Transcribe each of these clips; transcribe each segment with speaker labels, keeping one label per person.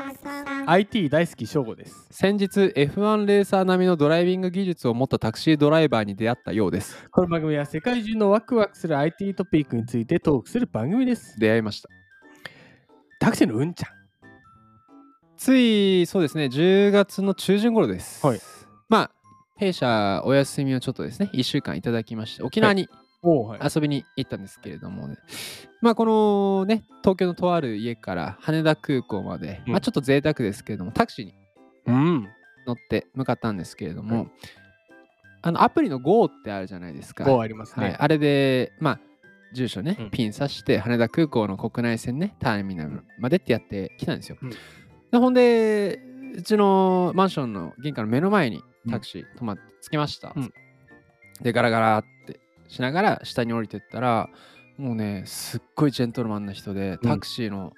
Speaker 1: ん
Speaker 2: IT 大好き翔吾です
Speaker 3: 先日 F1 レーサー並みのドライビング技術を持ったタクシードライバーに出会ったようです
Speaker 2: この番組は世界中のワクワクする IT トピックについてトークする番組です
Speaker 3: 出会いました
Speaker 2: タクシーのうんちゃん
Speaker 3: ついそうですね10月の中旬頃です
Speaker 2: はい
Speaker 3: まあ弊社お休みをちょっとですね1週間いただきまして沖縄に
Speaker 2: おおはい
Speaker 3: 遊びに行ったんですけれどもね、まあこのね東京のとある家から羽田空港まで、
Speaker 2: うん
Speaker 3: まあちょっと贅沢ですけれどもタクシーに
Speaker 2: うん
Speaker 3: 乗って向かったんですけれど
Speaker 2: は
Speaker 3: も、あのアプリの GO ってあるじゃないですか
Speaker 2: こうあります
Speaker 3: はい
Speaker 2: ね、
Speaker 3: あれで、まあ、住所ね、
Speaker 2: うん
Speaker 3: ピン刺して、羽田空港の国内線ね、ターミナルまでってやってきたんですよ。
Speaker 2: うん
Speaker 3: でほんで、うちのマンションの玄関の目の前にタクシー止まって、着きました。
Speaker 2: うん
Speaker 3: で、ガラガラってしながら下に降りてったら、もうね、すっごいジェントルマンな人で、タクシーの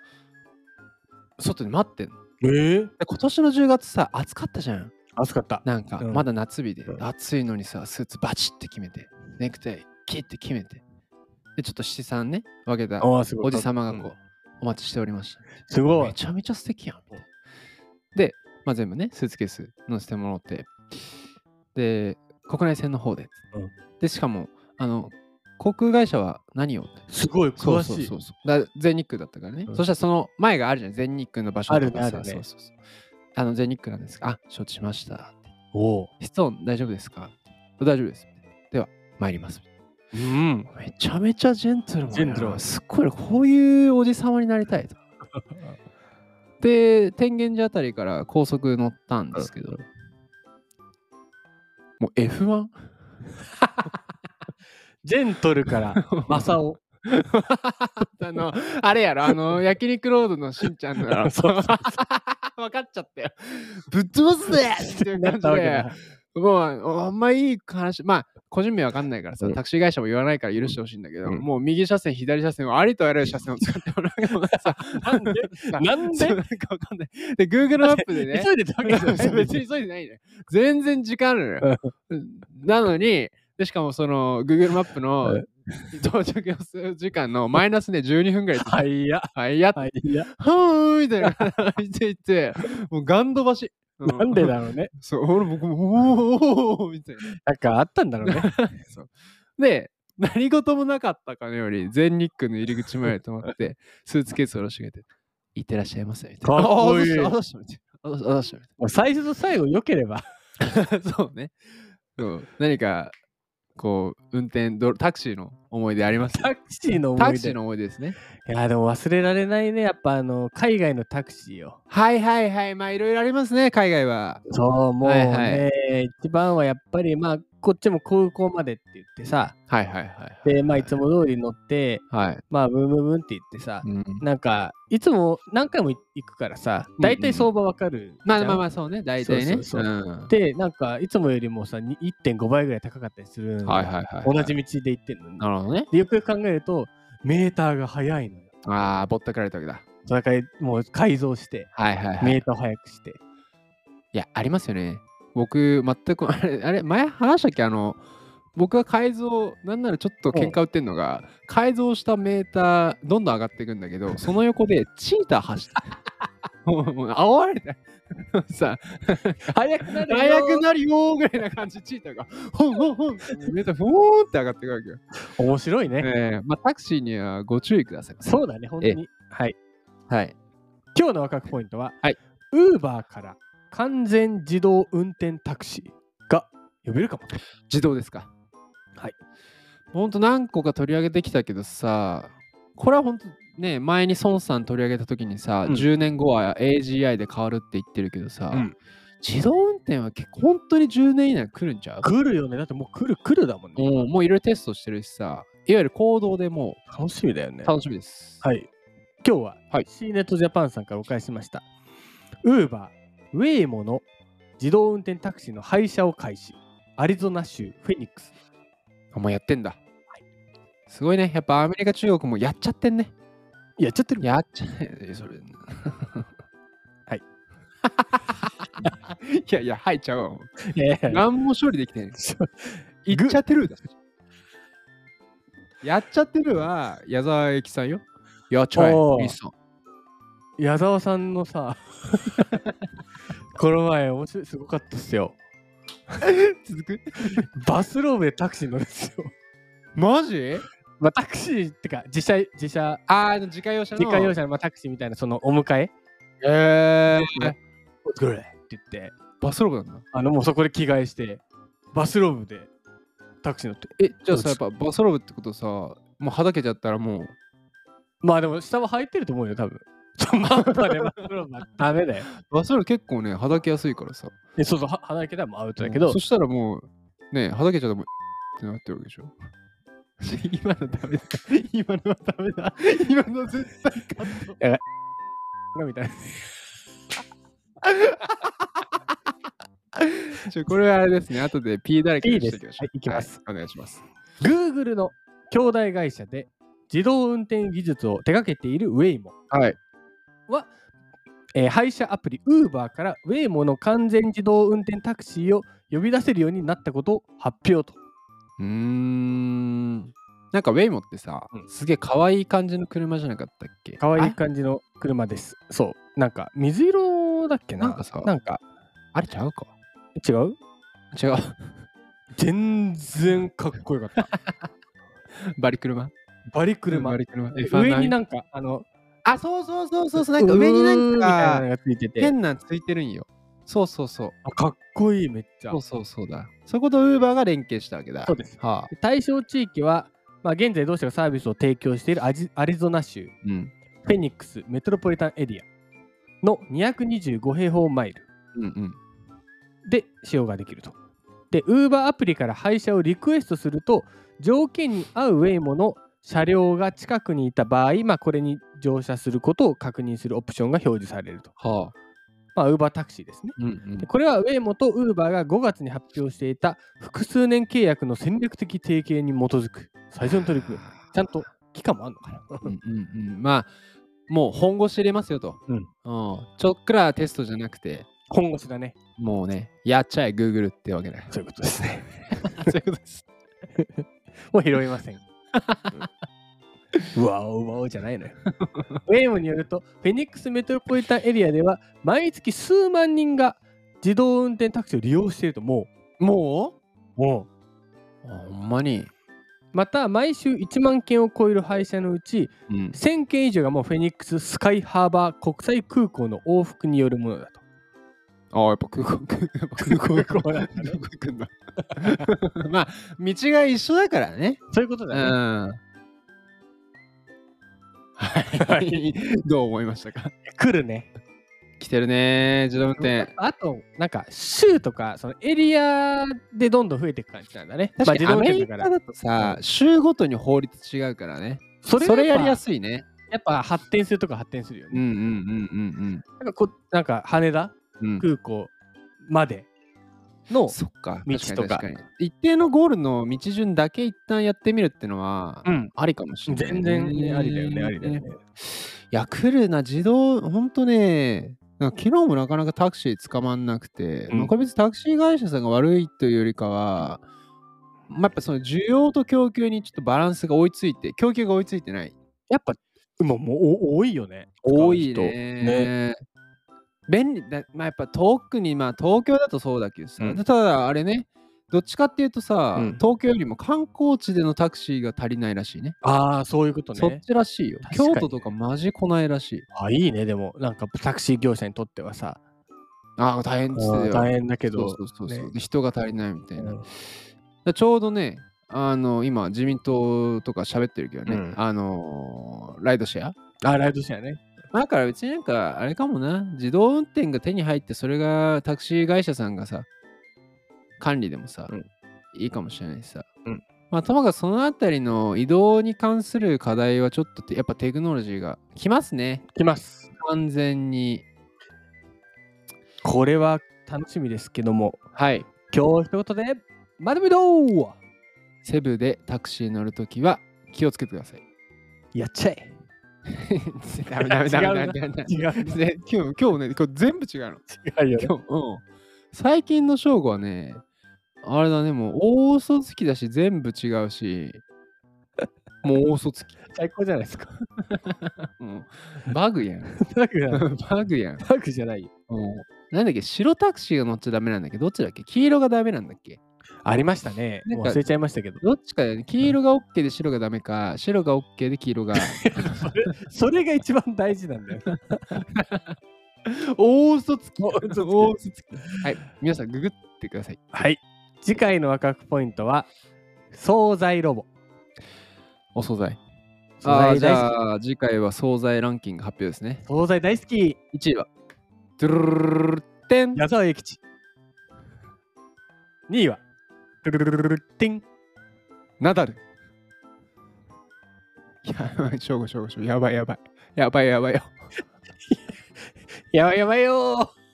Speaker 3: 外で待ってんの。
Speaker 2: えー、
Speaker 3: で今年の10月さ、暑かったじゃん。
Speaker 2: 暑かった
Speaker 3: なんか
Speaker 2: うん
Speaker 3: まだ夏日で、
Speaker 2: うん
Speaker 3: 暑いのにさスーツバチって決めてネクタイキッて決めてでちょっと七三ね分けた
Speaker 2: ああすごい
Speaker 3: おじさまがこう、
Speaker 2: うん
Speaker 3: お待ちしておりました
Speaker 2: すご
Speaker 3: め
Speaker 2: い
Speaker 3: ちゃめちゃ素敵やんみたいなで、まあ、全部ねスーツケース乗せてもらってで国内線の方で、
Speaker 2: うん
Speaker 3: でしかもあの航空会社は何をって
Speaker 2: すごい
Speaker 3: そ
Speaker 2: 詳
Speaker 3: うそう
Speaker 2: しい
Speaker 3: そうそうだ全日空だったからね、
Speaker 2: うん
Speaker 3: そしたらその前があるじゃん全日空の場所とかさ
Speaker 2: あるねあるね
Speaker 3: そうそうそうあの全日空なんですがあ承知しました
Speaker 2: おお
Speaker 3: 質問大丈夫ですか大丈夫です。では、参ります。
Speaker 2: うん
Speaker 3: めちゃめちゃジェントルマンやな。
Speaker 2: ジェントルマン
Speaker 3: すっごい、こういうおじさまになりたい と。で、天元寺あたりから高速乗ったんですけど、もう F1?
Speaker 2: ジェントル からマサオ
Speaker 3: あの、あれやろ、あの、焼肉ロードのしんちゃ んのや ろ。
Speaker 2: そうそう
Speaker 3: 分かっちゃったよ。ぶっ潰すぜっていう
Speaker 2: な
Speaker 3: 感
Speaker 2: った
Speaker 3: じ
Speaker 2: わけ
Speaker 3: で
Speaker 2: だ。
Speaker 3: もうあんまいい話、まあ、個人名わかんないからさ、
Speaker 2: うん
Speaker 3: タクシー会社も言わないから許してほしいんだけど、
Speaker 2: うん
Speaker 3: もう右車線、左車線をありとあらゆる車線を使ってもらうからさ、なんで
Speaker 2: なん で
Speaker 3: なんかわかんない。で、Google マップでね、
Speaker 2: 急いでたわけじゃない
Speaker 3: 別に急いでないね。全然時間あるのよ。なのに、でしかもその Google マップ
Speaker 2: は
Speaker 3: の到着時間のマイナスで12分ぐらいで
Speaker 2: はいや
Speaker 3: はい、やっ
Speaker 2: はいや
Speaker 3: はーんみたいな感じで言って、もうガンドバシ。う
Speaker 2: なんでだろうね
Speaker 3: そう、俺僕も、おーおーおーみたいな。
Speaker 2: なんかあったんだろうね
Speaker 3: そうで、何事もなかったかのように、全日空の入り口前で止まって、スーツケースを下ろし上げて、いってらっしゃいませ、みたいな。
Speaker 2: かっこいい
Speaker 3: ああどうした、あどうした、あどうした、あどうしたみ
Speaker 2: もう最初と最後良ければ
Speaker 3: たいな。そうね。そう何か、こう、運転ド、タクシーの思い出あります
Speaker 2: タクシーの思い出
Speaker 3: タクシーの思い出ですね。
Speaker 2: いやでも忘れられないねやっぱあの海外のタクシーよ
Speaker 3: はいはいはい。まあ、いろいろありますね、海外は。
Speaker 2: そうもうね、
Speaker 3: はい
Speaker 2: 一番はやっぱりまあこっちも空港までって言ってさ
Speaker 3: はいはいはい。
Speaker 2: でまあいつも通り乗って
Speaker 3: はい。
Speaker 2: まあブンブンブンって言ってさ
Speaker 3: うん
Speaker 2: なんかいつも何回も行くからさ
Speaker 3: ん
Speaker 2: 大体相場わかるじ
Speaker 3: ま
Speaker 2: ゃん、
Speaker 3: あまあまあそうね、大体ね。
Speaker 2: そうそうそうんでなんかいつもよりもさに1.5倍ぐらい高かったりするのよ
Speaker 3: はいはいはい。
Speaker 2: 同じ。道で行ってんのに
Speaker 3: なるほどね。
Speaker 2: でよくよく考えるとメーターが速いのよ
Speaker 3: ああ、ぼったくられたわけだ。
Speaker 2: だからもう改造して
Speaker 3: はいはいはい。
Speaker 2: メ
Speaker 3: い
Speaker 2: ーターを速くして
Speaker 3: や、ありますよね。僕、全く、あれ、あれ前話したっけあの、僕は改造、なんならちょっと喧嘩売ってんのが、改造したメーター、どんどん上がっていくんだけど、その横でチーター走った。もう、もう煽られた。さ
Speaker 2: 速くなるよ
Speaker 3: 早くなるよーぐらいな感じ、チーターが、ほんほんほんってメーター、ふーんって上がっていくわけよ。
Speaker 2: 面白いね、
Speaker 3: ええまあ、タクシーにはご注意ください。
Speaker 2: そうだね本当にはい
Speaker 3: はい。
Speaker 2: 今日のワクワクポイントは、
Speaker 3: はい、
Speaker 2: Uber から完全自動運転タクシーが呼べるかも。
Speaker 3: 自動ですか
Speaker 2: はい
Speaker 3: ほんと何個か取り上げてきたけどさこれはほんとね前に孫さん取り上げた時にさ、
Speaker 2: うん
Speaker 3: 10年後は AGI で変わるって言ってるけどさ、
Speaker 2: うん
Speaker 3: 自動運転は結構本当に10年以内来るんちゃう
Speaker 2: 来るよね。だってもう来る来るだもんね。
Speaker 3: うんもういろいろテストしてるしさいわゆる行動でも
Speaker 2: 楽しみだよね
Speaker 3: う。楽しみです、
Speaker 2: はい。今日は、
Speaker 3: はい
Speaker 2: C ネットジャパンさんからお返ししました。Uber、Waymo の自動運転タクシーの配車を開始。アリゾナ州フェニックス。
Speaker 3: あもうやってんだ、すごいねやっぱアメリカ中国もやっちゃってんね
Speaker 2: やっちゃってる。
Speaker 3: やっちゃえそれ
Speaker 2: はい
Speaker 3: いやいやはいちゃうわもう
Speaker 2: ええ
Speaker 3: 何も処理できてない。
Speaker 2: そう
Speaker 3: 言っちゃってるだ。やっちゃってるは矢沢永吉さんよ。やっちゃえ
Speaker 2: おー
Speaker 3: ミスさん。
Speaker 2: 矢沢さんの さこの前面白いすごかったっすよ
Speaker 3: 続く
Speaker 2: バスローブでタクシー乗るんですよ
Speaker 3: マジ
Speaker 2: まあタクシーってか自社自社
Speaker 3: あー、自家用車の。
Speaker 2: 自家用車の、まあ、タクシーみたいなそのお迎え
Speaker 3: えー、
Speaker 2: お疲れって言って
Speaker 3: バスローブなんだ。
Speaker 2: あのもうそこで着替えしてバスローブでタクシー乗って
Speaker 3: え、じゃあさ、やっぱバスローブってことさ、もうはだけちゃったらもう。
Speaker 2: まあでも下は履いてると思うよ多分 ちょマッパでバスローブはダメだよ
Speaker 3: バスローブ結構ね、はだけやすいからさ。
Speaker 2: えそうそうは離れけたらもうアウトだけど
Speaker 3: そしたらもう、ね、はだけちゃったらもう、ってなってるわけで しょ。今のダメだ。今のはダメだ。今の絶対カット。
Speaker 2: みたいな
Speaker 3: ちょこれはあれですね、後で P だらけにし
Speaker 2: いい
Speaker 3: ていきましょう。
Speaker 2: ですはいいきます
Speaker 3: はい。お願いします。
Speaker 2: Google の兄弟会社で自動運転技術を手掛けている Waymo
Speaker 3: はい。
Speaker 2: は、えー配車アプリ Uber から Waymo の完全自動運転タクシーを呼び出せるようになったことを発表と。
Speaker 3: うーん。なんかウェイモってさ、
Speaker 2: うん
Speaker 3: すげえ可愛い感じの車じゃなかったっけ
Speaker 2: かわいい
Speaker 3: あ
Speaker 2: 感じの車です。そう。なんか水色だっけな
Speaker 3: なんかさ
Speaker 2: なんか
Speaker 3: あれちゃうか
Speaker 2: 違う
Speaker 3: 違う。
Speaker 2: 全然かっこよかった。
Speaker 3: バリ車
Speaker 2: バリ車。
Speaker 3: バリ車。
Speaker 2: 上に
Speaker 3: な
Speaker 2: なんかあの、
Speaker 3: あ、そうそうそうそうそう、なんか上に
Speaker 2: うー
Speaker 3: なん
Speaker 2: みたいなの
Speaker 3: か
Speaker 2: がついてて。
Speaker 3: 変なんついてるんよ。そうそうそう。
Speaker 2: あかっこいい、めっちゃ
Speaker 3: そう。そうそうだ。そことウーバーが連携したわけだ。
Speaker 2: そうです。
Speaker 3: はあ。
Speaker 2: 対象地域は、まあ、現在同社がサービスを提供しているアジアリゾナ州、
Speaker 3: うん。
Speaker 2: フェニックスメトロポリタンエリアの225平方マイル
Speaker 3: うんうん。
Speaker 2: で使用ができると。で、Uber アプリから配車をリクエストすると、条件に合うウェイモの車両が近くにいた場合、まあ、これに乗車することを確認するオプションが表示されると。
Speaker 3: はあ。
Speaker 2: まあ、Uber タクシーですね。
Speaker 3: うんうん
Speaker 2: でこれはウェイモと Uber が5月に発表していた複数年契約の戦略的提携に基づく最初の取り組み。ちゃんと期間もあるのかな
Speaker 3: うんうんうん。まあ、もう本腰入れますよと。
Speaker 2: うん
Speaker 3: ちょっくらテストじゃなくて、
Speaker 2: 本腰だね。
Speaker 3: もうね、やっちゃえ、Google ってわけ だ。
Speaker 2: そういうことですね。
Speaker 3: そういうことです。
Speaker 2: もう拾いません。うわおうわおじゃないのよ。ウェイムによると、フェニックスメトロポリタンエリアでは、毎月数万人が自動運転タクシーを利用していると、も
Speaker 3: も
Speaker 2: う。もう
Speaker 3: うあほんまに。
Speaker 2: また、毎週1万件を超える配車のうち、
Speaker 3: うん。
Speaker 2: 1000件以上がもうフェニックススカイハーバー国際空港の往復によるものだと。
Speaker 3: ああ、やっぱ空港、やっぱ空港
Speaker 2: 空港なんだね
Speaker 3: 空港行くんだ。 まあ、道が一緒だからね。
Speaker 2: そういうこと
Speaker 3: う
Speaker 2: だね。
Speaker 3: ん。はい。 どう思いましたか
Speaker 2: 来るね。
Speaker 3: 来てるね自動運転。
Speaker 2: あと、なんか、州とか、そのエリアでどんどん増えていく感じなんだね。
Speaker 3: 確かに
Speaker 2: まあ自動
Speaker 3: ア
Speaker 2: 運
Speaker 3: メ
Speaker 2: 転
Speaker 3: リ
Speaker 2: だ
Speaker 3: カ
Speaker 2: から
Speaker 3: だとさ、州ごとに法律違うからね。
Speaker 2: そ
Speaker 3: それやり
Speaker 2: すい
Speaker 3: やすいね。
Speaker 2: やっぱ発展するとか発展するよ
Speaker 3: うん
Speaker 2: ね。
Speaker 3: うんうん
Speaker 2: なんかこなんか羽田
Speaker 3: うんうん。うん、
Speaker 2: 空港までの、
Speaker 3: そっか、
Speaker 2: 道
Speaker 3: 確
Speaker 2: と
Speaker 3: に
Speaker 2: か
Speaker 3: 確に一定のゴールの道順だけ一旦やってみるってのは、
Speaker 2: うん、
Speaker 3: ありかもしれない。
Speaker 2: 全然ねありだよねありだよね。。
Speaker 3: いや、来るな、自動、ほんとね、なんか昨日もなかなかタクシー捕まんなくて、
Speaker 2: うん
Speaker 3: まあこれ別にタクシー会社さんが悪いというよりかは、まあ、やっぱその需要と供給にちょっとバランスが追いついて、供給が追いついてない。
Speaker 2: やっぱもうもうお多いよね。
Speaker 3: 多い
Speaker 2: 使う人
Speaker 3: ね。便利だ、まあ、やっぱ遠くに、まあ、東京だとそうだけどさ、
Speaker 2: うん
Speaker 3: でただあれね、どっちかっていうとさ、
Speaker 2: うん
Speaker 3: 東京よりも観光地でのタクシーが足りないらしいね。
Speaker 2: ああそういうこと
Speaker 3: そっ
Speaker 2: ね。
Speaker 3: ちらしいよ。
Speaker 2: 確かに
Speaker 3: 京都とかマジ来ないらしい。
Speaker 2: あいいねでもなんかタクシー業者にとってはさ
Speaker 3: ああ、大変っつってたよ。
Speaker 2: 大変だけど
Speaker 3: そうそうそうそう、
Speaker 2: ね
Speaker 3: で人が足りないみたいな。
Speaker 2: う
Speaker 3: だか
Speaker 2: ん
Speaker 3: らちょうどね、あの今、自民党とか喋ってるけどね、
Speaker 2: うん
Speaker 3: あのーライドシェア
Speaker 2: あライドシェアね。
Speaker 3: まあだから別になんかあれかもな、自動運転が手に入って、それがタクシー会社さんがさ、管理でもさ、
Speaker 2: うん
Speaker 3: いいかもしれないしさ。
Speaker 2: うん
Speaker 3: まあ、ともかくそのあたりの移動に関する課題はちょっとてやっぱテクノロジーが来ますね。
Speaker 2: 来ます。
Speaker 3: 完全に。
Speaker 2: これは楽しみですけども
Speaker 3: はい。
Speaker 2: 今日一言でまとめどう
Speaker 3: セブでタクシー乗るときは気をつけてく ださい。
Speaker 2: やっちゃえ。
Speaker 3: ダメダメダメダメダメ
Speaker 2: 違 う
Speaker 3: ダメ。ね今日今日ね、これ全部違うの。
Speaker 2: 違うよね。
Speaker 3: 今日、うん、最近の正吾はねあれだねもう大嘘つきだし全部違うしもう大嘘つき。
Speaker 2: 最高じゃないですか。
Speaker 3: もうバグやん。
Speaker 2: バグじゃない
Speaker 3: バグやん。
Speaker 2: バグじゃないよ。
Speaker 3: もうなんだっけ白タクシーが乗っちゃダメなんだっけどっちだっけ黄色がダメなんだっけ
Speaker 2: ありましたね。
Speaker 3: なん
Speaker 2: もう
Speaker 3: か
Speaker 2: 忘れちゃいましたけど。
Speaker 3: どっちかだよね。黄色が OK で白がダメか、白が OK で黄色が。
Speaker 2: それが一番大事なんだよ。
Speaker 3: 大嘘つき。
Speaker 2: 大嘘つき
Speaker 3: 大嘘つき。はい、皆さんググってください。
Speaker 2: はい。次回のワクワクポイントは、惣菜ロボ。
Speaker 3: お惣菜。
Speaker 2: 惣
Speaker 3: あー
Speaker 2: 菜
Speaker 3: じ
Speaker 2: 大好
Speaker 3: ゃあ次回は惣菜ランキング発表ですね。
Speaker 2: き。惣菜大好き。
Speaker 3: 1位は、ドゥルルルルルルテン
Speaker 2: 矢沢永吉。2位は、ルルルルルルティン。
Speaker 3: ナダル。やばい、しょうごしょうごしょう。やばいやばい。やばいやばいよ。
Speaker 2: やばいやばいよー。